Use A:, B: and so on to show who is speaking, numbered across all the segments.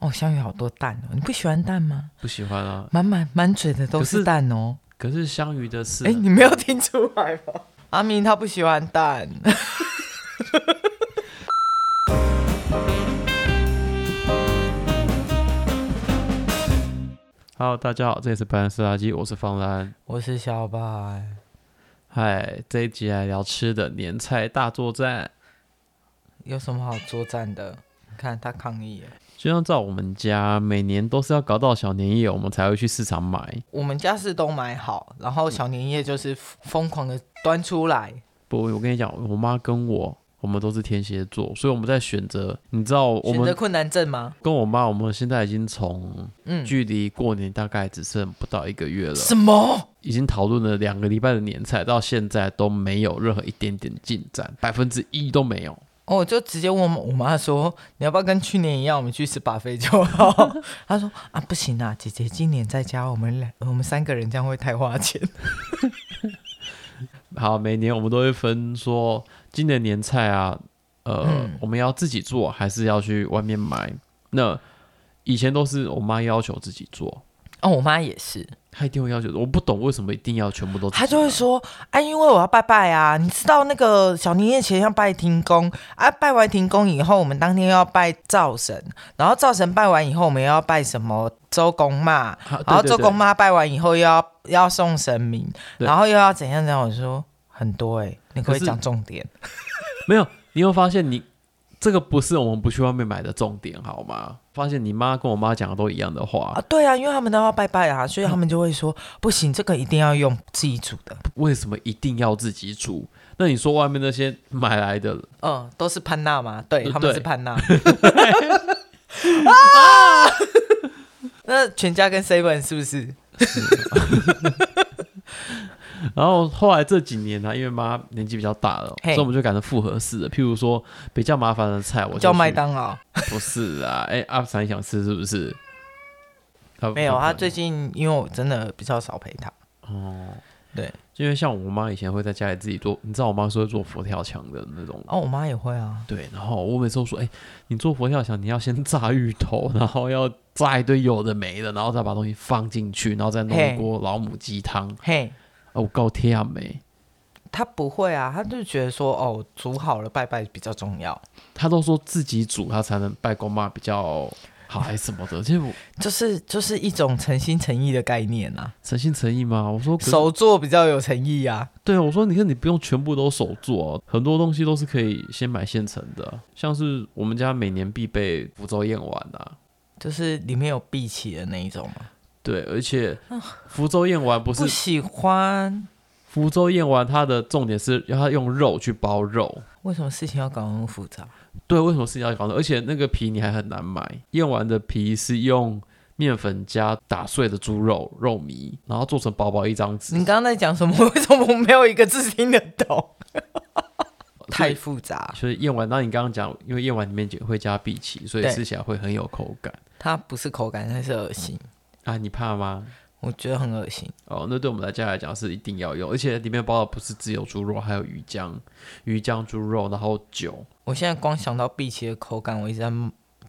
A: 哦，香芋好多蛋哦，你不喜欢蛋吗？
B: 不喜欢啊。
A: 满满满嘴的都
B: 可
A: 是
B: 是
A: 蛋哦。
B: 可是啊香鱼的刺
A: 哎、，你没有听出来吗？ 阿明他不喜欢蛋。
B: Hello，大家好，这里是白兰斯垃圾，我是方兰。
A: 我是小白。
B: 嗨，这一集来聊吃的年菜大作战。
A: 有什么好作战的？你看他抗议耶。
B: 就像在我们家，每年都是要搞到小年夜，我们才会去市场买。
A: 我们家是都买好，然后小年夜就是疯狂的端出来。
B: 不，我跟你讲，我妈跟我，我们都是天蝎座，所以我们在选择，你知道，我
A: 选择
B: 们
A: 困难症吗？
B: 跟我妈，我们现在已经从
A: 嗯，
B: 距离过年大概只剩不到一个月了，
A: 什么？
B: 已经讨论了两个礼拜的年菜，到现在都没有任何一点点进展，百分之一都没有。
A: 哦，我就直接问我妈说，你要不要跟去年一样，我们去吃把飞就好？ 她说啊，不行啊，姐姐今年在家，我们两我们三个人这样会太花钱。
B: 好，每年我们都会分说今年年菜啊，呃，
A: 嗯
B: 我们要自己做还是要去外面买？那以前都是我妈要求自己做，
A: 哦，我妈也是，
B: 她一定会要求，我不懂为什么一定要全部都自己
A: 他就会
B: 买
A: 说：“啊，因为我要拜拜啊，你知道那个小年夜前要拜停工啊，拜完停工以后，我们当天要拜灶神，然后灶神拜完以后，我们又要拜什么周公嘛，
B: 啊
A: 然后
B: 对
A: 周
B: 对对
A: 公妈拜完以后又要要送神明，
B: 对
A: 然后又要怎样怎样。”我说：“很多哎、你可不可
B: 可
A: 以
B: 是
A: 讲重点。
B: 没有，你有发现你这个不是我们不去外面买的重点好吗？发现你妈跟我妈讲的都一样的话，
A: 啊，对啊，因为他们都要拜拜啊，所以他们就会说：“不行，这个一定要用自己煮的。
B: 为什么一定要自己煮？那你说外面那些买来的”
A: 嗯，都是潘娜嘛，对
B: 呃
A: 他们是
B: 对
A: 潘娜。啊！那全家跟 seven 是不是？
B: 然后后来这几年呢、因为妈年纪比较大了，
A: 嘿
B: 所以我们就改成复合式的。譬如说比较麻烦的菜，我就
A: 叫麦
B: 去，
A: 当劳
B: 不是啊？ 哎、阿三想吃是不是？他
A: 没有，
B: 可能
A: 他最近因为我真的比较少陪他，
B: 哦，
A: 对，
B: 因为像我妈以前会在家里自己做，你知道我妈是会做佛跳墙的那种。
A: 哦，我妈也会啊，
B: 对，然后我每次都说，哎、你做佛跳墙，你要先炸芋头，然后要炸一堆有的没的，然后再把东西放进去，然后再弄
A: 嘿
B: 一锅老母鸡汤。
A: 嘿，
B: 哦，够甜美，
A: 他不会啊，他就觉得说哦，煮好了拜拜比较重要，
B: 他都说自己煮，他才能拜公妈比较好，还是什么的。其实我
A: 就是就是一种诚心诚意的概念啊，
B: 诚心诚意嘛，我说可是
A: 手做比较有诚意啊，
B: 对啊，我说你看你不用全部都手做，很多东西都是可以先买现成的，像是我们家每年必备福州燕丸啊。
A: 就是里面有闭起的那一种嘛，
B: 对，而且福州燕丸不
A: 啊不
B: 是
A: 喜欢。
B: 福州燕丸，它的重点是要它用肉去包肉。
A: 为什么事情要搞那么复杂？
B: 对，为什么事情要搞呢？而且那个皮你还很难买，燕丸的皮是用面粉加打碎的猪肉肉糜，然后做成薄薄一张纸。
A: 你刚刚在讲什么？为什么我没有一个字听得懂？ 太复杂，
B: 所以燕丸，那你刚刚讲，因为燕丸里面就会加荸荠，所以
A: 对
B: 吃起来会很有口感
A: 它不是口感，它是恶心，
B: 啊。你怕吗？
A: 我觉得很恶心。
B: 哦，那对我们大家来讲是一定要用，而且里面包的不是只有猪肉，还有鱼浆、鱼浆、猪肉，然后酒。
A: 我现在光想到碧琪的口感，我一直在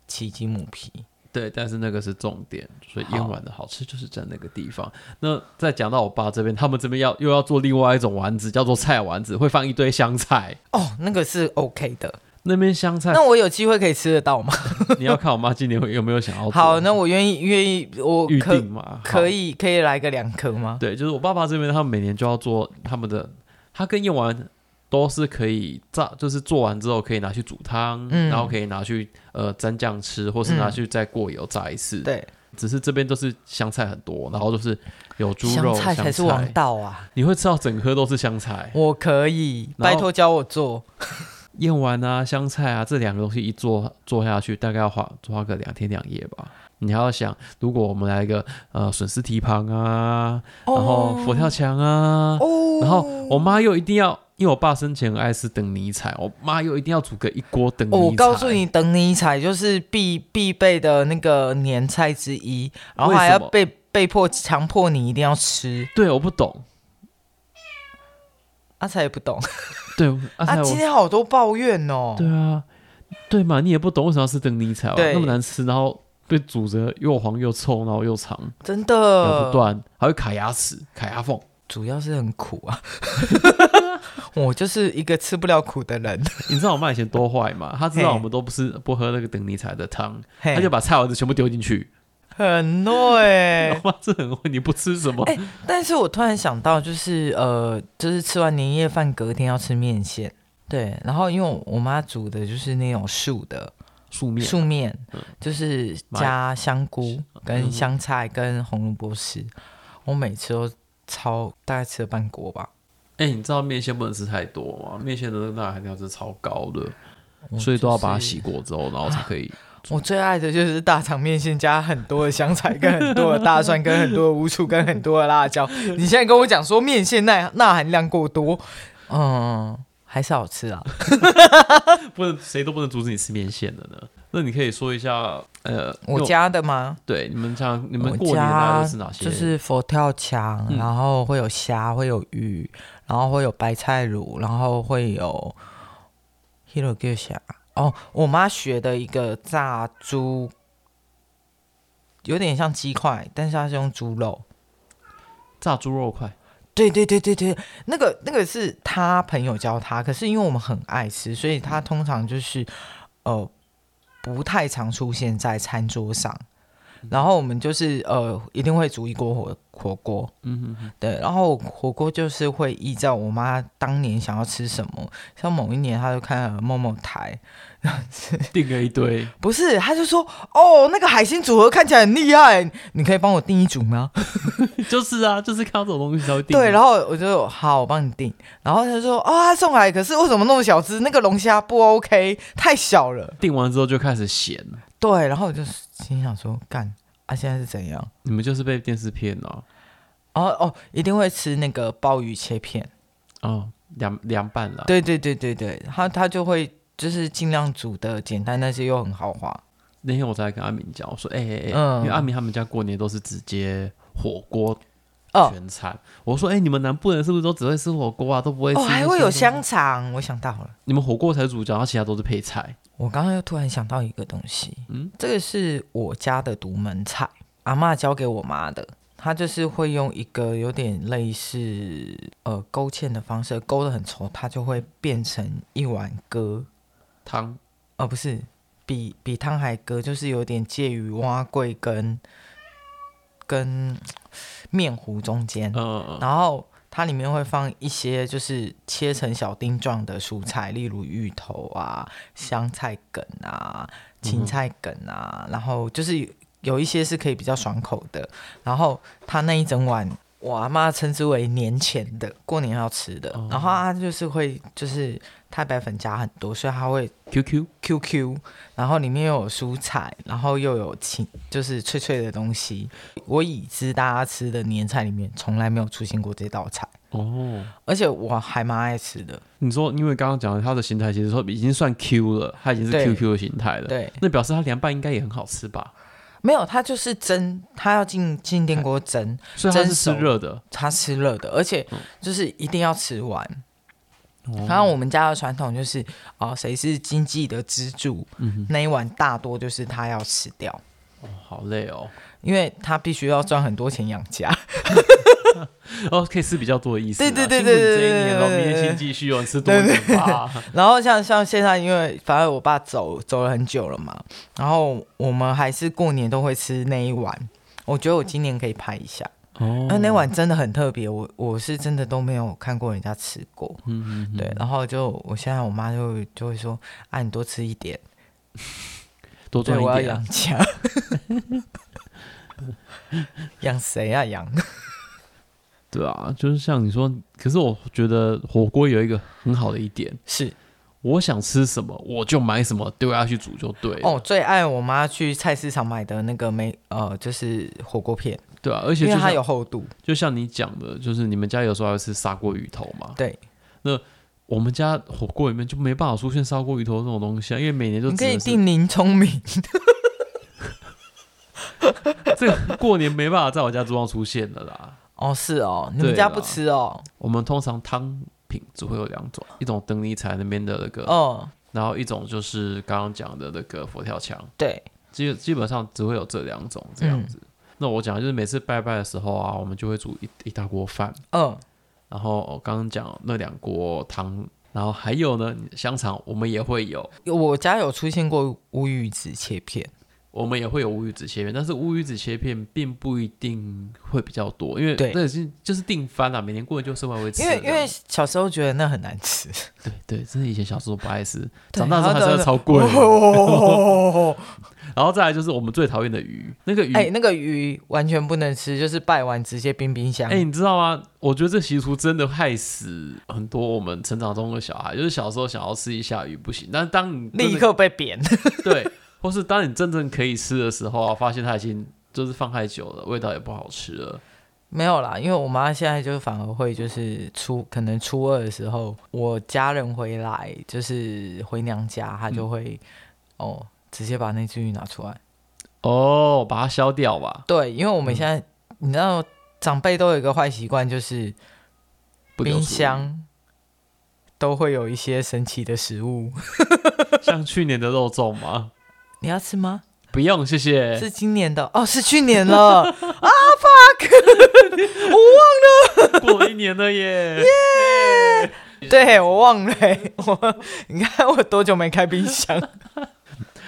A: 起鸡母皮。
B: 对，但是那个是重点，所以
A: 好
B: 燕丸的好吃就是在那个地方。那再讲到我爸这边，他们这边要又要做另外一种丸子，叫做菜丸子，会放一堆香菜。
A: 哦，那个是 OK 的。
B: 那边香菜，
A: 那我有机会可以吃得到吗？
B: 你要看我妈今年有没有想要做
A: 好，那我愿意，愿意，我
B: 预
A: 可
B: 定嘛？好
A: 可以可以来个两颗吗？
B: 对，就是我爸爸这边，他们每年就要做他们的，他跟燕丸都是可以炸，就是做完之后可以拿去煮汤，
A: 嗯
B: 然后可以拿去呃蘸酱吃，或是拿
A: 嗯
B: 去再过油炸一次。，
A: 对，
B: 只是这边都是香菜很多，然后就是有猪
A: 香
B: 肉
A: 菜才是王道啊！
B: 你会吃到整颗都是香菜，
A: 我可以，
B: 然
A: 拜
B: 后
A: 托教我做。
B: 燕丸啊、香菜啊这两个东西一做做下去，大概要花花个两天两夜吧。你还要想，如果我们来一个呃笋丝蹄膀啊，然后佛跳墙啊，
A: 哦，
B: 然后我妈又一定要，因为我爸生前很爱吃等泥菜，我妈又一定要煮个一锅等泥菜。
A: 哦我告诉，你，等你采就是必必备的那个年菜之一，然后还要
B: 为什么
A: 被被迫强迫你一定要吃。
B: 对，我不懂，
A: 阿才也不懂，
B: 对，
A: 啊，
B: 阿才
A: 今
B: 我，
A: 天好多抱怨哦。
B: 对啊，对嘛，你也不懂为什么要吃等泥菜、啊，
A: 对
B: 那么难吃，然后被煮着又黄又臭，然后又长，
A: 真
B: 咬
A: 的
B: 不断，还会卡牙齿、卡牙缝。
A: 主要是很苦啊。 我就是一个吃不了苦的人，
B: 你知道我妈以前多坏吗？她知道
A: 嘿
B: 我们都不是不喝那个等你彩的汤，
A: 嘿
B: 她就把菜肴子全部丢进去。
A: 很糯 哎、
B: 我妈这很会，你不吃什么？
A: 哎但是我突然想到，就是呃，就是吃完年夜饭隔天要吃面线，对，然后因为我我妈煮的就是那种素的
B: 素面
A: 素面
B: 嗯，
A: 就是加香菇、跟香菜、跟红萝卜丝，我每次都超大概吃了半锅吧。
B: 哎、你知道面线不能吃太多吗？面线的那钠含量是超高的，
A: 我
B: 所以都要把它
A: 就是
B: 洗过之后，然后才可以。
A: 我最爱的就是大肠面线加很多的香菜，跟很多的大蒜，跟很多的乌醋，跟很多的辣椒。你现在跟我讲说面线钠钠含量过多，嗯，还是好吃啊。
B: 不能谁都不能阻止你吃面线的呢。那你可以说一下，呃，
A: 我
B: 因为
A: 家的吗？
B: 对你们像你
A: 我
B: 们过年啊
A: 家
B: 都吃哪些？
A: 就是佛跳墙，
B: 嗯
A: 然后会有虾，会有鱼，然后会有白菜卤，然后会有 h i r o g 虾。哦，我妈学的一个炸猪，有点像鸡块，但是它是用猪肉。
B: 炸猪肉块，
A: 对对对对对，那个那个是他朋友教他，可是因为我们很爱吃，所以他通常就是呃不太常出现在餐桌上。然后我们就是呃一定会煮一锅火火锅，
B: 嗯哼哼，
A: 对，然后火锅就是会依照我妈当年想要吃什么，像某一年她就看了某某台，
B: 订了一堆，
A: 不是，她就说哦那个海鲜组合看起来很厉害，你可以帮我订一组吗？
B: 就是啊，就是看到这种东西才会订。
A: 对，然
B: 后
A: 后我就好，我帮你订。然后他就说啊、他送来，可是为什么那么小只？那个龙虾不 OK，太小了。
B: 订完之后就开始咸，
A: 对，然后我就心想说，干啊，现在是怎样？
B: 你们就是被电视骗了、
A: 哦哦，一定会吃那个鲍鱼切片。
B: 哦，哦，凉凉拌了。
A: 对对对对对，他他就会就是尽量煮的简单，但是又很豪华。
B: 那天我才跟阿明讲，我说，哎哎哎，
A: 嗯
B: 因为阿明他们家过年都是直接火锅
A: 哦
B: 全餐。我说，哎、你们南部人是不是都只会吃火锅啊，都不会吃？
A: 哦，还会有，香肠，我想到了。
B: 你们火锅才是主角，然后其他都是配菜。
A: 我刚刚又突然想到一个东西，
B: 嗯
A: 嗯，这个是我家的独门菜，阿嬷教给我妈的。她就是会用一个有点类似呃勾芡的方式，勾得很稠，它就会变成一碗羹，
B: 汤
A: 而、不是比比汤还羹，就是有点介于蛙桂跟跟面糊中间。
B: 呃，
A: 嗯然后它里面会放一些就是切成小丁状的蔬菜，例如芋头啊、香菜梗啊、芹菜梗啊，然后就是有一些是可以比较爽口的。然后它那一整碗，我阿妈称之为年前的，过年要吃的
B: 哦。
A: 然后它就是会就是太白粉加很多，所以它会
B: QQ
A: QQ，然后里面又有蔬菜，然后又有青，就是脆脆的东西。我已知大家吃的年菜里面，从来没有出现过这道菜，
B: 哦。
A: 而且我还蛮爱吃的。
B: 你说，因为刚刚讲的它的形态，其实说已经算 Q 了，它已经是
A: 对
B: QQ 的形态了。
A: 对，
B: 那表示它凉拌应该也很好吃吧？
A: 没有，它就是蒸，它要进进电锅蒸，
B: 所以它是
A: 蒸
B: 吃
A: 熟
B: 热的。
A: 它吃热的，而且就是一定要吃完。
B: 哦
A: 然后我们家的传统就是，哦，谁是经济的支柱，
B: 嗯
A: 那一碗大多就是他要吃掉，
B: 哼，好累哦。
A: 因为他必须要赚很多钱养家。
B: 哦，可以吃比较多的意思啊。
A: 对对对
B: 辛苦你
A: 对
B: 这一
A: 对
B: 年
A: 对
B: 了，
A: 对
B: 明
A: 对
B: 天请继续哦，你吃多一点吧。
A: 然后像像现在，因为反正我爸走走了很久了嘛，然后我们还是过年都会吃那一碗。我觉得我今年可以拍一下，
B: 哦
A: 啊那、那，碗真的很特别，我我是真的都没有看过人家吃过。
B: 嗯嗯，嗯
A: 对，，然后就我现在我妈就就会说啊，你多吃一点，
B: 多
A: 对
B: 赚一
A: 我要
B: 点啊。
A: 养家。 养谁啊养？
B: 对啊，就是像你说，可是我觉得火锅有一个很好的一点，
A: 是
B: 我想吃什么我就买什么，丢下去煮就对了。
A: 哦，最爱我妈去菜市场买的那个梅呃，就是火锅片，
B: 对啊，而且
A: 因
B: 就
A: 为它
B: 像
A: 有厚度。
B: 就像你讲的，就是你们家有时候还会吃砂锅鱼头嘛。
A: 对，
B: 我们家火锅里面就没办法出现砂锅鱼头这种东西啊，因为每年就
A: 你
B: 只
A: 可以
B: 能是
A: 定林聪明，
B: 这个过年没办法在我家桌上出现的啦。
A: 哦，是哦，你
B: 对
A: 们家
B: 啦
A: 不吃哦？
B: 我们通常汤品只会有两种，一种等你彩那边的那个，
A: 哦，
B: 然后一种就是刚刚讲的那个佛跳墙。
A: 对，
B: 基基本上只会有这两种这样子。
A: 嗯
B: 那我讲的就是每次拜拜的时候啊，我们就会煮一一大锅饭，
A: 嗯，
B: 然后我刚刚讲那两锅汤，然后还有呢香肠，我们也会有，
A: 我家有出现过乌鱼子切片，
B: 我们也会有乌鱼子切片，但是乌鱼子切片并不一定会比较多，因为
A: 对
B: 那已经就是定番了，每年过年就是外会吃
A: 因
B: 的这
A: 为
B: 样子。
A: 因为小时候觉得那很难吃，
B: 对对，真的以前小时候不爱吃，
A: 对
B: 长大之后还
A: 然后
B: 是
A: 到
B: 要超贵。
A: 哦，
B: 然后再来就是我们最讨厌的鱼，那个鱼，
A: 哎，
B: 哎、
A: 那个鱼完全不能吃，就是拜完直接冰冰箱。
B: 哎你知道吗？我觉得这习俗真的害死很多我们成长中的小孩，就是小时候想要吃一下鱼不行，但是当你真的
A: 立刻被扁，
B: 对，或是当你真正可以吃的时候啊，发现它已经就是放太久了，味道也不好吃了。
A: 没有啦，因为我妈现在就反而会就是初可能初二的时候，我家人回来就是回娘家，她
B: 嗯
A: 就会、哦直接把那只鱼拿出来。
B: 哦，把它消掉吧，
A: 对，因为
B: 嗯
A: 我们现在、你知道长辈都有一个坏习惯，就是
B: 不丢
A: 冰
B: 厨余。
A: 箱都会有一些神奇的食物，
B: 像去年的肉粽吗？
A: 你要吃吗？
B: 不用，谢谢。
A: 是今年的哦，是去年了啊！fuck，
B: 过了一年了耶。
A: 对我忘 了欸、我你看我多久没开冰箱？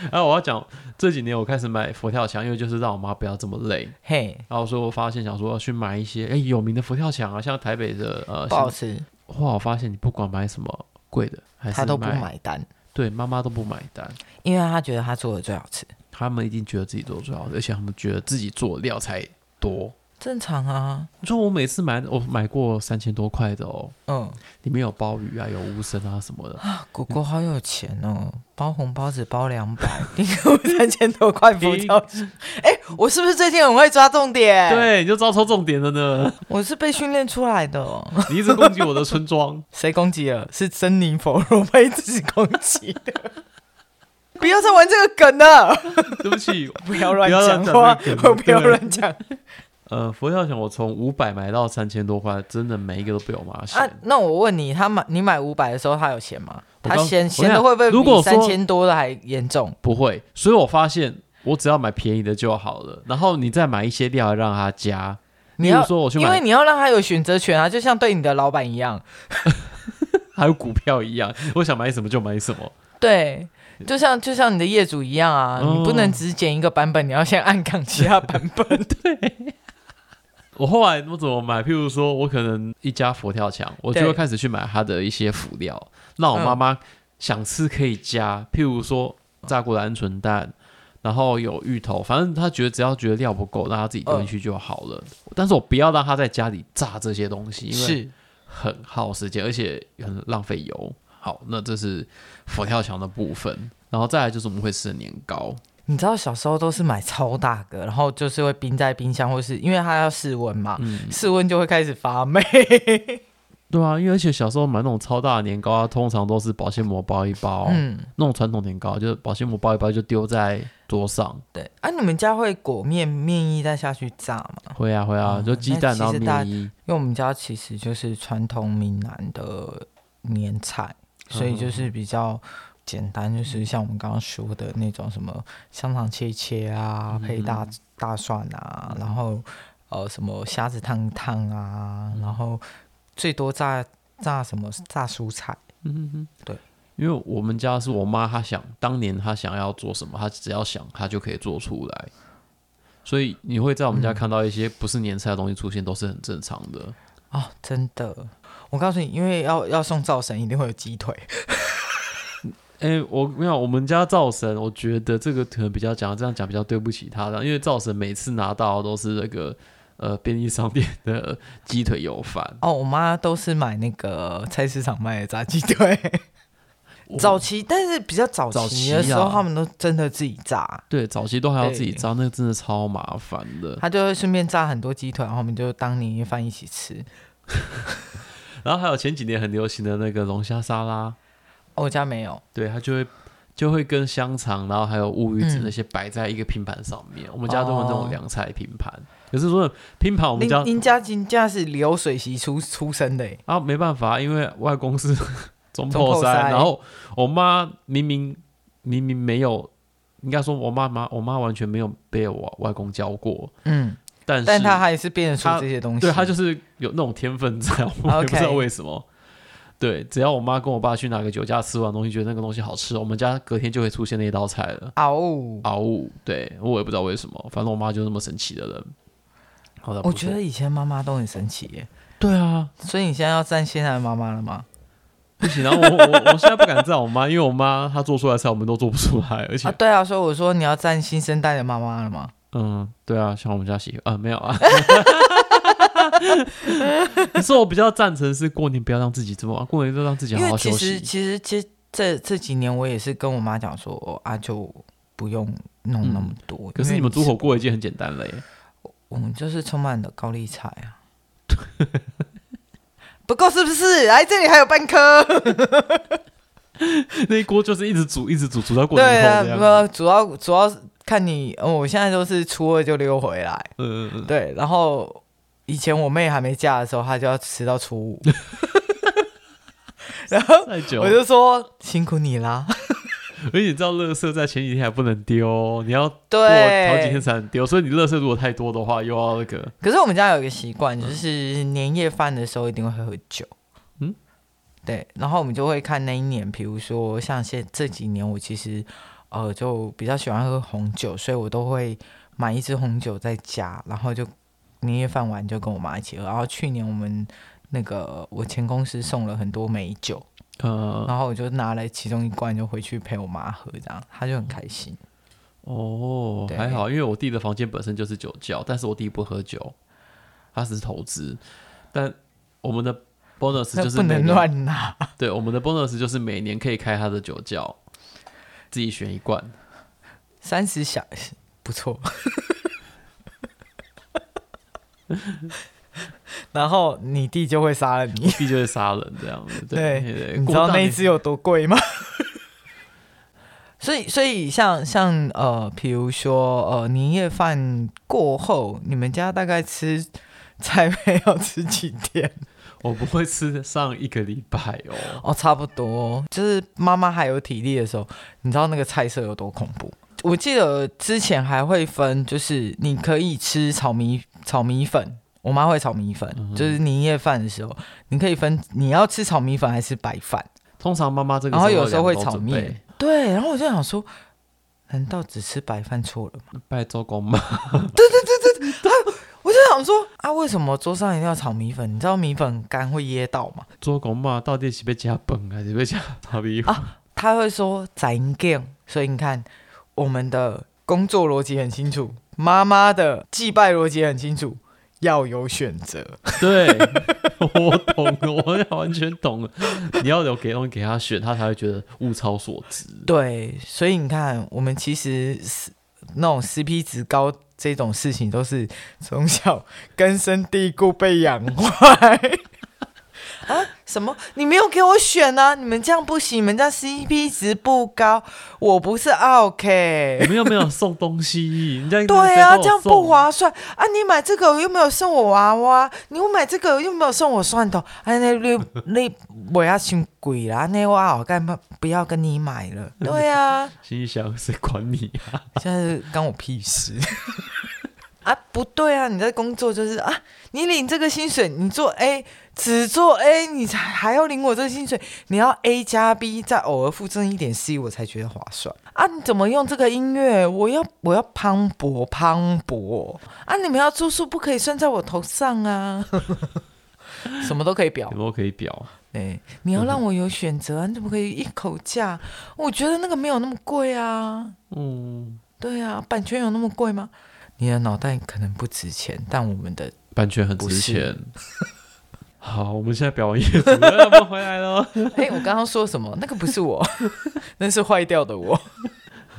B: 然后我要讲这几年我开始买佛跳墙，因为就是让我妈不要这么累。
A: 嘿，
B: 然后所以我发现想说要去买一些哎有名的佛跳墙啊，像台北的呃，
A: 不好
B: 像
A: 吃，
B: 哇，我发现你不管买什么贵的，还是
A: 他都不，买单。
B: 对，妈妈都不买单，
A: 因为他觉得他做的最好吃，
B: 他们一定觉得自己做最好的，而且他们觉得自己做的料才多。
A: 正常啊。
B: 你说我每次买，我买过三千多块的哦，
A: 嗯，
B: 里面有鲍鱼啊，有乌参啊什么的，
A: 果果好有钱哦，包红包只包两 百，订购三千多块佛跳 墙。哎、我是不是最近很会抓重点？，
B: 对，你就知道抽重点了呢。
A: 我是被训练出来的哦。
B: 你一直攻击我的村庄，
A: 谁攻击了？是珍妮佛罗被自己攻击的。 不要再玩这个梗了！
B: 对 不起，
A: 不要乱
B: 不要
A: 讲话
B: 乱讲这个，梗
A: 我不要
B: 对
A: 乱讲
B: 呃，佛跳墙我从五百买到三千多块，真的每一个都被我妈嫌。
A: 啊！那我问你，他买你买五百的时候，他有嫌吗？
B: 我
A: 他
B: 刚
A: 嫌
B: 我
A: 嫌
B: 想
A: 的会不会
B: 如果
A: 比
B: 说
A: 三千多的还严重？
B: 不会，所以我发现我只要买便宜的就好了，然后你再买一些料让它加。
A: 你
B: 例如
A: 要
B: 说我去
A: 因为
B: 买，
A: 你要让他有选择权啊，就像对你的老板一样，
B: 还有股票一样，我想买什么就买什么。
A: 对，就像就像你的业主一样啊，
B: 哦
A: 你不能只剪一个版本，你要先按 杠其他版本。
B: 我后来我怎么买？譬如说我可能一家佛跳墙，我就
A: 对
B: 会开始去买它的一些辅料，让我妈妈想吃可以加。譬如说炸过的鹌鹑蛋，然后有芋头，反正她觉得只要觉得料不够，让她自己
A: 嗯
B: 丢进去就好了。但是我不要让她在家里炸这些东西， 因为
A: 是，
B: 很耗时间，而且很浪费油。好，那这是佛跳墙的部分，然后再来就是我们会吃的年糕，
A: 你知道小时候都是买超大个，然后就是会冰在冰箱，或是因为它要室温嘛，
B: 嗯，
A: 室温就会开始发霉。
B: 对啊，因为而且小时候买那种超大的年糕啊，通常都是保鲜膜包一包，
A: 嗯，
B: 那种传统年糕就是保鲜膜包一包就丢在桌上，
A: 对。啊，你们家会裹面面衣再下去炸吗？
B: 会啊会啊，
A: 哦
B: 就鸡蛋然
A: 那
B: 后
A: 其实大
B: 面衣，
A: 因为我们家其实就是传统闽南的年菜，所以就是比较简单，就是像我们刚刚说的那种什么香肠切一切啊，
B: 嗯
A: 配大大蒜啊，然后呃什么虾子烫一烫啊，然后最多炸炸什么炸蔬菜，
B: 嗯哼，
A: 对。
B: 因为我们家是我妈，她想当年她想要做什么，她只要想，她就可以做出来。所以你会在我
A: 嗯
B: 们家看到一些不是年菜的东西出现，都是很正常的。
A: 哦，真的。我告诉你，因为要要送灶神，一定会有鸡腿。
B: 哎、我没有，我们家灶神，我觉得这个可能比较讲这样讲比较对不起他的，因为灶神每次拿到的都是那个呃便利商店的鸡腿油饭。
A: 哦，我妈都是买那个菜市场卖的炸鸡腿。
B: 我
A: 早期，但是比较早
B: 早
A: 期
B: 期
A: 的时候，
B: 啊
A: 他们都真的自己炸，
B: 对早期都还要自己
A: 对
B: 炸，那个真的超麻烦的。
A: 他就会顺便炸很多鸡腿，然后我们就当年夜饭一起吃。
B: 然后还有前几年很流行的那个龙虾沙拉，
A: 哦我家没有，
B: 对，它就会就会跟香肠，然后还有乌鱼子
A: 嗯
B: 那些摆在一个拼盘上面。我们家都有那
A: 哦
B: 种凉菜拼盘，可是说拼盘我们
A: 您
B: 家
A: 您家金家是流水席出出生的耶，欸
B: 啊没办法，因为外公是
A: 中
B: 中破
A: 破塞
B: 然后我妈明明明明没有应该说我妈妈，我妈完全没有被我外公教过，
A: 嗯，
B: 但是
A: 但他还是变得出
B: 他
A: 这些东西。
B: 对他就是有那种天分在， 我也不
A: 嗯 OK
B: 知道为什么。对，只要我妈跟我爸去哪个酒家吃完东西，觉得那个东西好吃，我们家隔天就会出现那一道菜了。
A: 啊哦，
B: 嗷呜！对我也不知道为什么，反正我妈就是那么神奇的人。好的，
A: 我
B: 不错
A: 觉得以前妈妈都很神奇耶，
B: 对啊，
A: 所以你现在要站现在的妈妈了吗？
B: 不行。啊然后我我我现在不敢赞我妈，因为我妈她做出来的菜我们都做不出来，而且、
A: 啊，对啊，所以我说你要站新生代的妈妈了吗？
B: 嗯，对啊，像我们家媳妇啊、没 有啊。可是我比较赞成是过年不要让自己这么，过年就让自己
A: 因
B: 好
A: 为
B: 好
A: 其
B: 休
A: 实
B: 息。
A: 其实这这这几年我也是跟我妈讲说哦啊，就不用弄那么多。
B: 嗯可
A: 因
B: 是
A: 为
B: 你们煮火锅已经很简单了耶。
A: 我们就是充满了高丽菜啊，不够是不是？哎，这里还有半颗。
B: 那一锅就是一直煮，一直煮，煮到过
A: 对
B: 年
A: 啊，
B: 后这样
A: 不，
B: 子。
A: 主要主要是看你，哦，我现在都是初二就溜回来，
B: 嗯嗯嗯，
A: 对，然后以前我妹还没嫁的时候，她就要吃到初五， 然后
B: 嗯太久
A: 我
B: 了。
A: 就说辛苦你啦，
B: 而且你知道，垃圾在前几天还不能丢，你要过好几天
A: 对。
B: 才能丢，所以你垃圾如果太多的话，又要那个。
A: 可是我们家有一个习惯，就是年夜饭的时候一定会喝酒，
B: 嗯，
A: 对，然后我们就会看那一年，比如说像现这几年，我其实呃就比较喜欢喝红酒，所以我都会买一支红酒在家，然后就年夜饭完就跟我妈一起喝。然后去年我们那个我前公司送了很多美酒，
B: 呃，
A: 然后我就拿了其中一罐就回去陪我妈喝，这样她就很开心。
B: 哦，
A: 对
B: 还好，因为我弟的房间本身就是酒窖，但是我弟不喝酒，他只是投资。但我们的 bonus
A: 那
B: 就是
A: 不
B: 每
A: 能
B: 年，
A: 乱拿，
B: 对，我们的 bonus 就是每年可以开他的酒窖，自己选一罐。
A: 三十小不错。 然后你弟就会杀了你，
B: 弟就是杀人这样子，对
A: 对
B: 对，
A: 你知
B: 哎过
A: 道
B: 大
A: 那一
B: 年
A: 只有多贵吗？ 所以，所以像像呃，比如说呃，年夜饭过后，你们家大概吃菜 配要吃几天？
B: 我不会吃上一个礼拜哦。
A: 哦，差不多，就是妈妈还有体力的时候，你知道那个菜色有多恐怖？我记得之前还会分，就是你可以吃炒米炒米粉，我妈会炒米粉，
B: 嗯哼
A: 就是年夜饭的时候，你可以分你要吃炒米粉还是白饭。
B: 通常妈妈这个
A: 然后有
B: 时
A: 时候
B: 候
A: 会
B: 两个都
A: 炒
B: 准备
A: 面，对，然后我就想说，难道只吃白饭错了吗？
B: 拜周公妈，
A: 我就想说啊，为什么桌上一定要炒米粉？你知道米粉干会噎到吗？
B: 周公妈到底是被加本还是被加 炒米粉？
A: 啊他会说咱干，所以你看我们的工作逻辑很清楚，妈妈的祭拜逻辑很清楚，要有选择。
B: 对，我懂了，我完全懂了。你要有给东西给他选，他才会觉得物超所 值。
A: 对，所以你看，我们其实是那种 CP 值高这种事情，都是从小根深蒂固被养坏。啊？什么？你没有给我选啊！你们这样不行，你们这样 CP 值不高，我不是 OK。
B: 没有没有送东西，人家
A: 对啊，这样不
B: 花。
A: 划算啊！你买这个又没有送我娃娃，你又买这个又没有送我蒜头，哎、那你你我要太贵啦，那我好干嘛不要跟你买了？对啊。
B: 心里想谁管你啊？
A: 现在是关我屁事 啊！不对啊，你在工作就是啊，你领这个薪水，你做 A，只做 A，你才还要领我这个薪水，你要 A 加 B，再偶尔附赠一点 C，我才觉得划算啊！你怎么用这个音乐？我要我要磅礴磅礴啊！你们要住宿不可以算在我头上啊！ 什么都可以表
B: 有没有可以表？啊
A: 哎、你要让我有选择啊！你怎么可以一口价？我觉得那个没有那么贵啊。
B: 嗯，
A: 对啊，版权有那么贵吗？你的脑袋可能不值钱，但我们的
B: 版权很
A: 不
B: 值
A: 是
B: 钱。好，我们现在表演业主，我们回来了。
A: 哎、我刚刚说什么？那个不是 我，那是坏掉的我。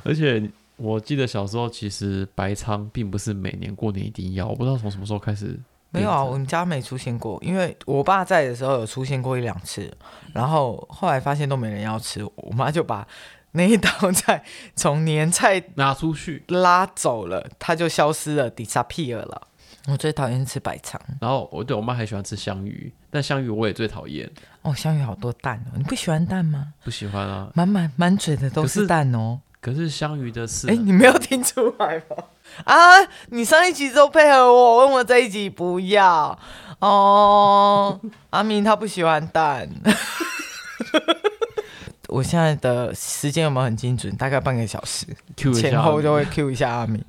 B: 而且我记得小时候，其实白仓并不是每年过年一定要，我不知道从什么时候开始。
A: 没有啊，我们家没出现过，因为我爸在的时候有出现过一两次，然后后来发现都没人要吃，我妈就把那一道菜从年菜
B: 拿出去，
A: 拉走了，它就消失了，disappear 了。我最讨厌吃白肠
B: 然后我对我妈还喜欢吃香芋，但香芋我也最讨厌，
A: 哦，香芋好多蛋哦，你不喜欢蛋吗？
B: 不喜欢啊。
A: 满满满嘴的都
B: 可是
A: 是蛋哦，
B: 可是香鱼的刺啊
A: 哎、，你没有听出来吗？ 啊，你上一集都配合我，问我这一集不要哦。 阿明他不喜欢蛋。 我现在的时间有没有很精准？大概半个小时
B: Q 一下
A: 前后就会 Q 一下阿明。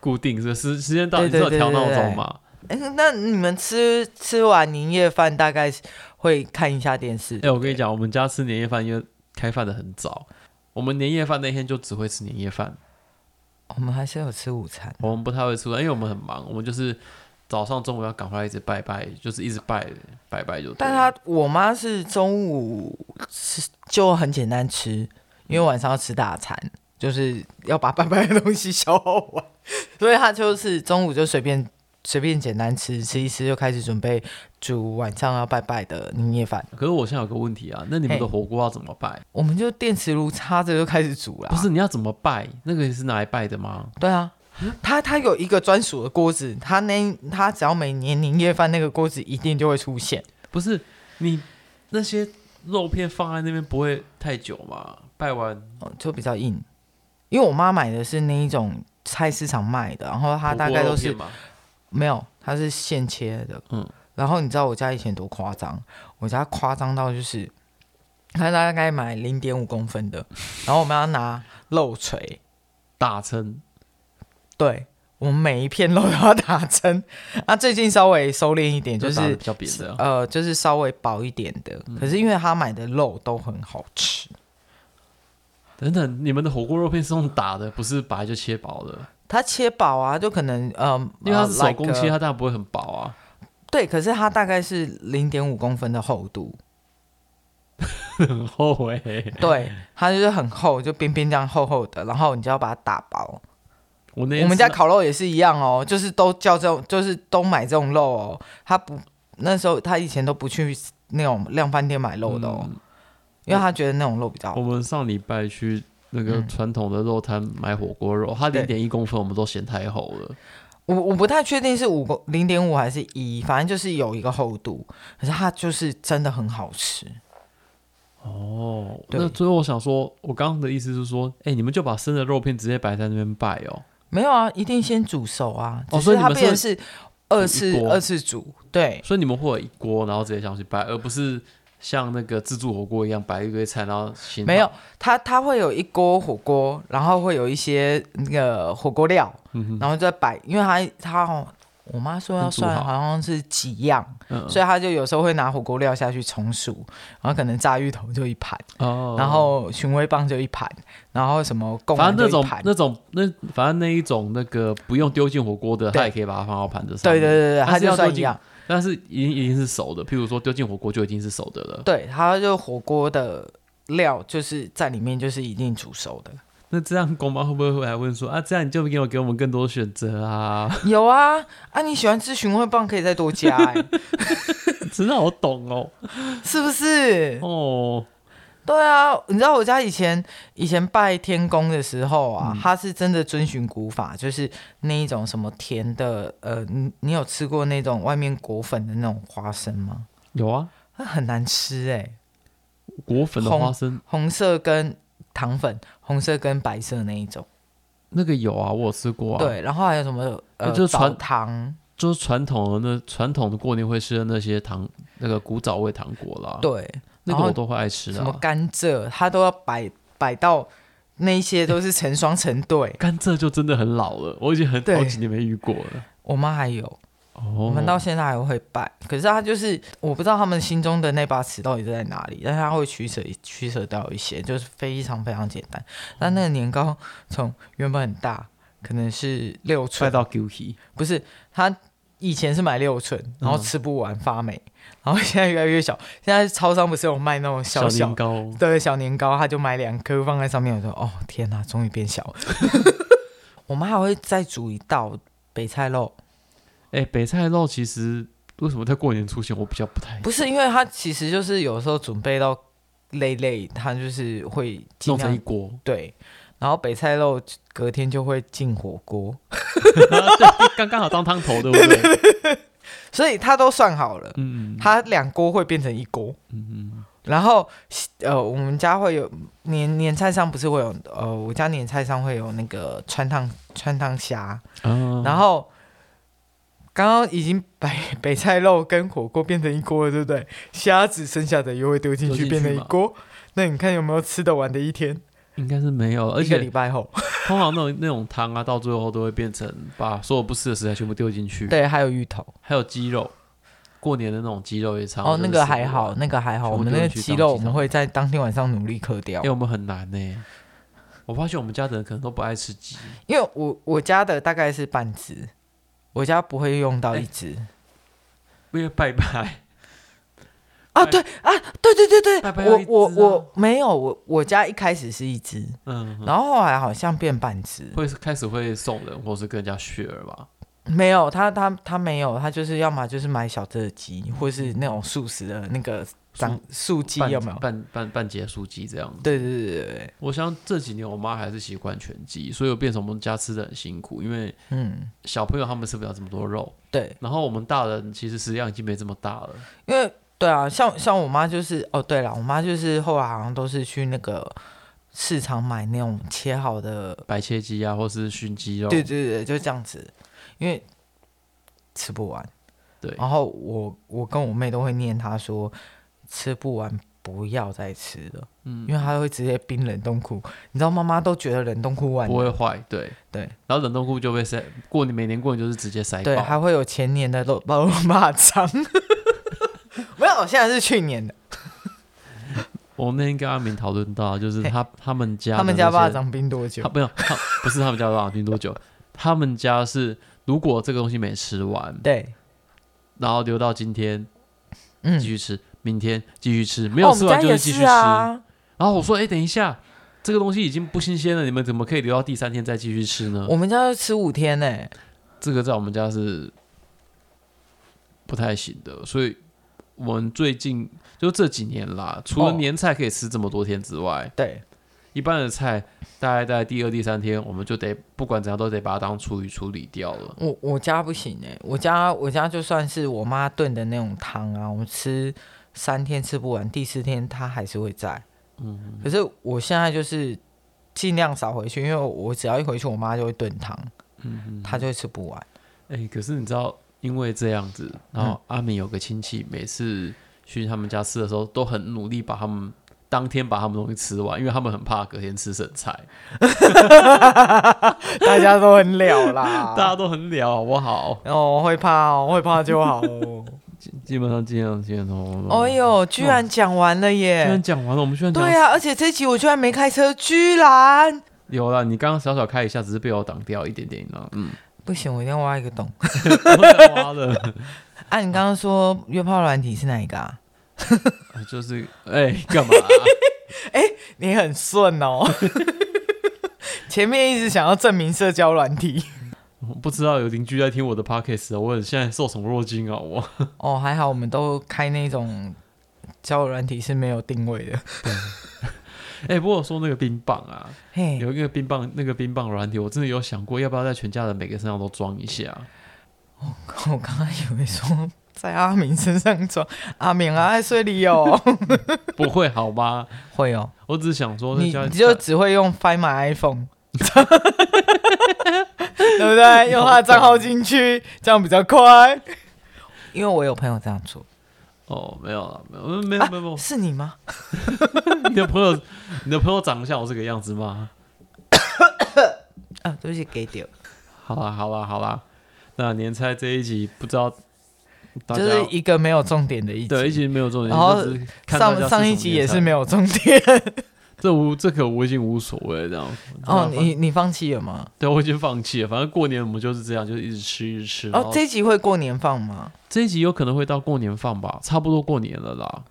B: 固定是不是时时间到，
A: 对
B: 你是有
A: 对对
B: 调闹
A: 对对
B: 钟嘛？
A: 哎、那你们吃吃完年夜饭大概会看一下电视？
B: 哎、我跟你讲，我们家吃年夜饭因为开饭的很早，我们年夜饭那天就只会吃年夜饭，
A: 我们还是有吃午餐。
B: 我们不太会出来，因为我们很忙，我们就是早上、中午要赶回来一直拜拜，就是一直拜拜拜就对了。
A: 但他我妈是中午吃就很简单吃，因为晚上要吃大餐，就是要把拜拜的东西消化完，所以她就是中午就随便随便简单吃，吃一吃就开始准备煮晚上要拜拜的年夜饭。
B: 可是我现在有个问题啊，那你们
A: 嘿
B: 的火锅要怎么拜？
A: 我们就电磁炉插着就开始煮啦。
B: 不是你要怎么拜？那个是拿来拜的吗？
A: 对啊，他他有一个专属的锅子，他那他只要每年年夜饭那个锅子一定就会出现。
B: 不是
A: 嗯
B: 你那些肉片放在那边不会太久吗？拜完
A: 哦，就比较硬。因为我妈买的是那一种菜市场卖的，然后它啊大概都
B: 火锅肉
A: 是
B: 片吗？
A: 没有，它是现切的。嗯
B: 嗯，
A: 然后你知道我家以前多夸张？我家夸张到就是，他大概买零点五公分的，然后我们要拿漏锤，
B: 大称
A: 对我们每一片肉都要打针。 啊，最近稍微收敛一点，就
B: 打得
A: 是
B: 比较扁的啊、
A: 呃，就是稍微薄一点的。
B: 嗯
A: 可是因为他买的肉都很好吃，
B: 等等，你们的火锅肉片是用打的，不是白就切薄的，
A: 他切薄啊，就可能呃，
B: 因为它
A: 呃
B: 是手工
A: like
B: 切，它当然不会很薄啊。
A: 对，可是它大概是零点五公分的厚度，
B: 很欸后悔、
A: 对，它就是很厚，就边边这样厚厚的，然后你就要把它打薄。
B: 我那天
A: 我们
B: 吃
A: 家
B: 到
A: 烤肉也是一样哦，就是都叫这种，就是都买这种肉哦。他不那时候他以前都不去那种量贩店买肉的哦，
B: 嗯
A: 因为他觉得那种肉比较
B: 我
A: 好。
B: 们上礼拜去那个
A: 嗯
B: 传统的肉摊买火锅肉，它
A: 对
B: 零点一公分我们都嫌太厚了。
A: 我我不太确定是五公零点五还是一，反正就是有一个厚度，可是它就是真的很好吃。
B: 哦，
A: 对
B: 那最后我想说，我刚刚的意思是说，哎、你们就把生的肉片直接摆在那边拜哦。
A: 没有啊，一定先煮熟啊，
B: 哦
A: 只是
B: 所以你
A: 它
B: 们
A: 变成
B: 是
A: 是二次
B: 煮一锅
A: 二次煮，对。
B: 所以你们会有一锅，然后直接下去拜，而不是像那个自助火锅一样摆一堆菜，然后请
A: 没有，它它会有一锅火锅，然后会有一些那个火锅料，
B: 嗯
A: 然后再摆，因为它它哦，我妈说要
B: 很煮
A: 算
B: 好
A: 好像是几样，
B: 嗯
A: 所以她就有时候会拿火锅料下去重数，然后可能炸芋头就一盘，
B: 哦，
A: 然后寻味棒就一盘，然后什么贡
B: 反
A: 丸
B: 正
A: 就
B: 那
A: 一
B: 种
A: 盘，
B: 那种那反正那一种那个不用丢进火锅的，
A: 对
B: 它也可以把它放到盘子上
A: 对对
B: 面。
A: 对对，
B: 它
A: 它
B: 是
A: 就
B: 要
A: 算
B: 丢
A: 一
B: 进
A: 样，
B: 但是一定一定是熟的，譬如说丢进火锅就已经是熟的了。
A: 对，它就火锅的料就是在里面就是一定煮熟的。
B: 那这样公妈会不会回来问说啊，这样你就没有给我们更多选择啊？
A: 有啊啊，你喜欢吃寻味棒可以再多加、欸，
B: 真的好懂哦
A: 是不是？
B: 哦，
A: 对啊，你知道我家以前以前拜天公的时候啊，
B: 嗯
A: 他是真的遵循古法，就是那一种什么甜的，呃，你你有吃过那种外面裹粉的那种花生吗？
B: 有啊，
A: 那很难吃哎、
B: 果粉的
A: 红
B: 花生
A: 红色跟糖粉，红色跟白色那一种。
B: 那个有啊，我有吃过啊。，
A: 对，然后还有什么呃
B: 那就是
A: 枣
B: 传
A: 糖，
B: 就是传统的那传统的过年会吃的那些糖，那个古早味糖果啦。，
A: 对，
B: 那
A: 然
B: 个
A: 后
B: 我都会爱吃
A: 什么
B: 啊。
A: 甘蔗，它都要摆摆到那一些都是成双成对。
B: 甘蔗就真的很老了，我已经很
A: 对
B: 好几年没遇过了。
A: 我妈还有。
B: 哦，
A: 我们到现在还会拜，可是他就是我不知道他们心中的那把尺到底在哪里，但是他会取舍取舍掉一些，就是非常非常简单。但那个年糕从原本很大，可能是六
B: 拜
A: 寸，
B: 到 Gucci，
A: 不是他以前是买六
B: 嗯
A: 寸，然后吃不完发霉，然后现在越来越小。现在超商不是有卖那种小小
B: 年糕，
A: 对小年糕，他就买两颗放在上面。我说哦天哪，终于变 小了。我妈还会再煮一道北菜肉。
B: 哎、北菜肉其实为什么在过年出现？我比较不太
A: 不是，因为他其实就是有时候准备到累累，他就是会尽
B: 弄成一
A: 量
B: 锅，
A: 对，然后北菜肉隔天就会进火锅，
B: 对，刚刚好当汤头，对不对？
A: 所以他都算好了，
B: 嗯，
A: 他两锅会变成一锅。
B: 嗯嗯，
A: 然后呃，我们家会有年年菜上不是会有呃，我家年菜上会有那个川烫川烫虾，
B: 嗯，
A: 然后刚刚已经白 白菜肉跟火锅变成一锅了，对不对？虾子剩下的又会丢进
B: 丢
A: 去
B: 进去
A: 变成一
B: 嘛
A: 锅，那你看有没有吃得完的一天？
B: 应该是没有，而
A: 一个礼
B: 且
A: 拜后，
B: 通常那种那种汤啊，到最后都会变成把所有不吃的食材全部丢进去，，
A: 对，还有芋头。
B: 还有鸡肉，过年的那种鸡肉也常
A: 哦，
B: 常
A: 那
B: 就是
A: 个
B: 吃不
A: 还好，
B: 完，
A: 那个还好，
B: 全部
A: 我们
B: 丢
A: 那个
B: 进去
A: 鸡
B: 当
A: 肉
B: 鸡
A: 我们
B: 汤
A: 会在当天晚上努力嗑掉
B: 因哎为。我们很难呢。我发现我们家的人可能都不爱吃鸡，
A: 因为我我家的大概是半只，我家不会用到一只。
B: 因为拜拜，
A: 啊，
B: 拜
A: 对啊，对对对对，
B: 拜拜要
A: 我
B: 一
A: 我
B: 只啊
A: 我没有，我我家一开始是一只，
B: 嗯，
A: 然后后来好像变半只，
B: 会开始会送人或是跟人家 share 吧，
A: 没有，他他他没有，他就是要么就是买小只的鸡，或是那种素食的那个长素鸡
B: 半
A: 有没有？
B: 半半半截素鸡这样子。
A: 对对对对对，
B: 我想这几年我妈还是习惯全鸡，所以我变成我们家吃的很辛苦，因为
A: 嗯，
B: 小朋友他们吃不了这么多肉，
A: 对，
B: 然后我们大人其实食量已经没这么大了。
A: 因为对啊，像像我妈就是哦，对了，我妈就是后来好像都是去那个市场买那种切好的
B: 白切鸡啊，或是熏鸡肉，
A: 对对对，就这样子，因为吃不完。
B: 对
A: 然后我我跟我妹都会念她说，吃不完不要再吃了，
B: 嗯
A: 因，为她会直接冰冷冻库。你知道妈妈都觉得冷冻库完
B: 不，会坏，对
A: 对。
B: 然后冷冻库就被塞过年，每年过年就是直接塞
A: 对，
B: 爆
A: 还会有前年的肉肉马肠。 没有，现在是去年的。
B: 我那天跟阿明讨论到，就是
A: 嘿
B: 他他们家
A: 他们
B: 的
A: 家
B: 那
A: 爸
B: 些
A: 长冰多
B: 他
A: 久？
B: 没有，他不是他们家多少冰多久，他们家是如果这个东西没吃完，
A: 对，
B: 然后留到今天
A: 嗯哦
B: 继，续吃，明天继续吃，没
A: 没
B: 有吃完就是继续吃。
A: 啊。
B: 然后我说，哎、等一下，这个东西已经不新鲜了，你们怎么可以留到第三天再继续吃呢？
A: 我们家要吃五天呢、
B: 这个在我们家是不太行的，所以我们最近就这几年啦，除了
A: 哦
B: 年菜可以吃这么多天之外，
A: 对，
B: 一般的菜大概在第二、第三天，我们就得不管怎样都得把它当厨余处理掉了。
A: 我我家不行哎、我家我家就算是我妈炖的那种汤啊，我们吃三天吃不完，第四天它还是会在。
B: 嗯，
A: 可是我现在就是尽量少回去，因为我只要一回去，我妈就会炖汤，
B: 嗯
A: 她就会吃不完。
B: 哎、可是你知道，因为这样子，然后阿敏有个亲戚，每次去他们家吃的时候，都很努力把他们当天把他们东西吃完，因为他们很怕隔天吃剩菜。
A: 大家都很了
B: 大
A: 啦，
B: 家都很聊，好不好？
A: 哦，会怕哦，会怕就好哦。
B: 基基本上尽量尽量都。
A: 哎呦，居然讲完了
B: 居然
A: 耶！
B: 讲完了，我们居然讲
A: 对啊，而且这集我居然没开车，居然
B: 有了。你刚刚小小开一下，只是被我挡掉一点点呢。 嗯，
A: 不行，我一定要挖一个洞。
B: 花了，
A: 啊，你刚刚说约炮软体是哪一个啊？
B: 就是哎，干嘛啊？
A: 你很顺哦。 前面一直想要证明社交软体，
B: 我不知道有邻居在听我的 podcast，啊我很现在受宠若惊啊！我
A: 哦，还好我们都开那种交友软体是没有定位的。
B: 哎，不过说那个冰棒啊，
A: 嘿，
B: 有一个冰棒，那个冰棒软体，我真的有想过要不要在全家人每个身上都装一下。
A: 我刚刚以为说在阿明身上装，阿明啊，爱睡里 哦，
B: 不会好吗？
A: 会哦，
B: 我只是想说在
A: 你
B: 家，
A: 你就只会用 Find My iPhone。对不对？用他的账号进去，这样比较快。因为我有朋友这样做，
B: 哦，没有了，没有，没有，没有，没有。
A: 是你吗？
B: 你的朋友，你的朋友长得像我这个样子吗？
A: 啊，对不起，给丢，
B: 好啦，好啦，好啦，那年菜这一集不知道大家
A: 就是一个没有重点的一集。
B: 对一集没有重点，
A: 然后
B: 就只是看大家
A: 上
B: 吃
A: 上一
B: 什么
A: 集
B: 年
A: 也
B: 菜
A: 是没有重 点。
B: 这无这个我已经无所谓了这样。
A: 哦，
B: 这样
A: 你你放弃了吗？
B: 对我已经放弃了，反正过年我们就是这样，就一直吃一直吃。然
A: 哦
B: 后，
A: 这一集会过年放吗？
B: 这一集有可能会到过年放吧，差不多过年了啦。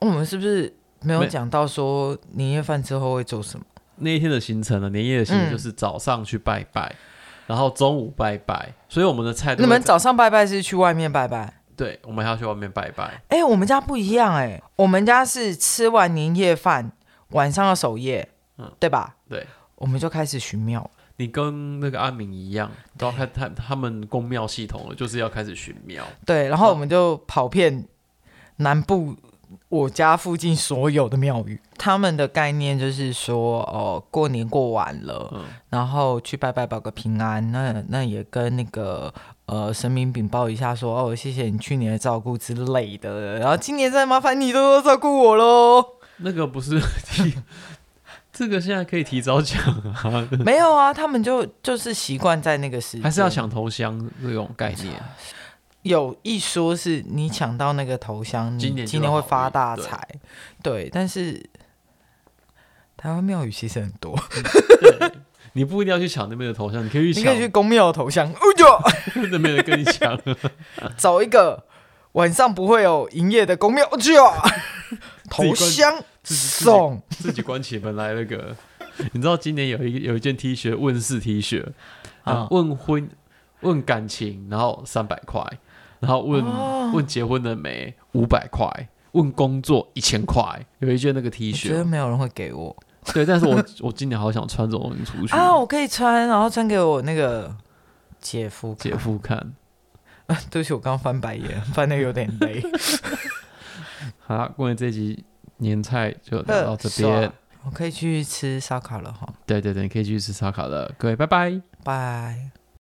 A: 我们是不是没有
B: 没
A: 讲到说年夜饭之后会做什么？
B: 那一天的行程呢，年夜的行程就是早上去拜拜，然后中午拜拜，所以我们的菜都
A: 你
B: 会
A: 们
B: 在
A: 早上拜拜是去外面拜拜？
B: 对，我们还要去外面拜拜。
A: 哎、我们家不一样哎、我们家是吃完年夜饭，晚上要守夜，
B: 嗯
A: 对吧？
B: 对，
A: 我们就开始寻庙了。
B: 你跟那个阿明一样，都要看他他们公庙系统了，就是要开始寻庙。
A: 对，然后我们就跑遍南部我家附近所有的庙宇，他们的概念就是说，哦，过年过完了，
B: 嗯
A: 然后去拜拜保个平安，那那也跟那个呃神明禀报一下说，哦，谢谢你去年的照顾之类的，然后今年再麻烦你多多照顾我喽。
B: 那个不是 提，这个现在可以提早讲啊，
A: 没有啊，他们就就是习惯在那个时间，
B: 还是要抢头香这种概念。
A: 有一说是你抢到那个头香，你
B: 今年就
A: 今年会
B: 好
A: 发
B: 运
A: 大
B: 对
A: 财，对，但是台湾庙宇其实很多。
B: 对，你不一定要去抢那边的头像，你可以去
A: 你
B: 抢
A: 可以去公庙的头像，哦 哟，
B: 那边的跟你抢。啊
A: 找一个晚上不会有营业的公 庙，哦哟，头香
B: 自己
A: 送，
B: 自己关起门来那个。你知道今年有一有一件 T 恤，问世 T 恤，啊
A: 嗯，
B: 问婚、问感情，然后三百块，然后问、
A: 哦
B: 问结婚了没，五百块，问工作一千块，有一件那个 T
A: 我觉得
B: 恤，
A: 没有人会给我
B: 对，但是我我 今年好想穿这种东西出去，
A: 啊，我可以穿，然后穿给我那个姐夫看
B: 姐，夫看，
A: 对不起，我刚刚翻白眼，翻的有点累，
B: 好啦，关于这集年菜就聊
A: 呃
B: 到这边
A: 呵，，我可以去吃烧烤了哈，
B: 对对对，你可以去吃烧烤了，各位拜拜。
A: 拜。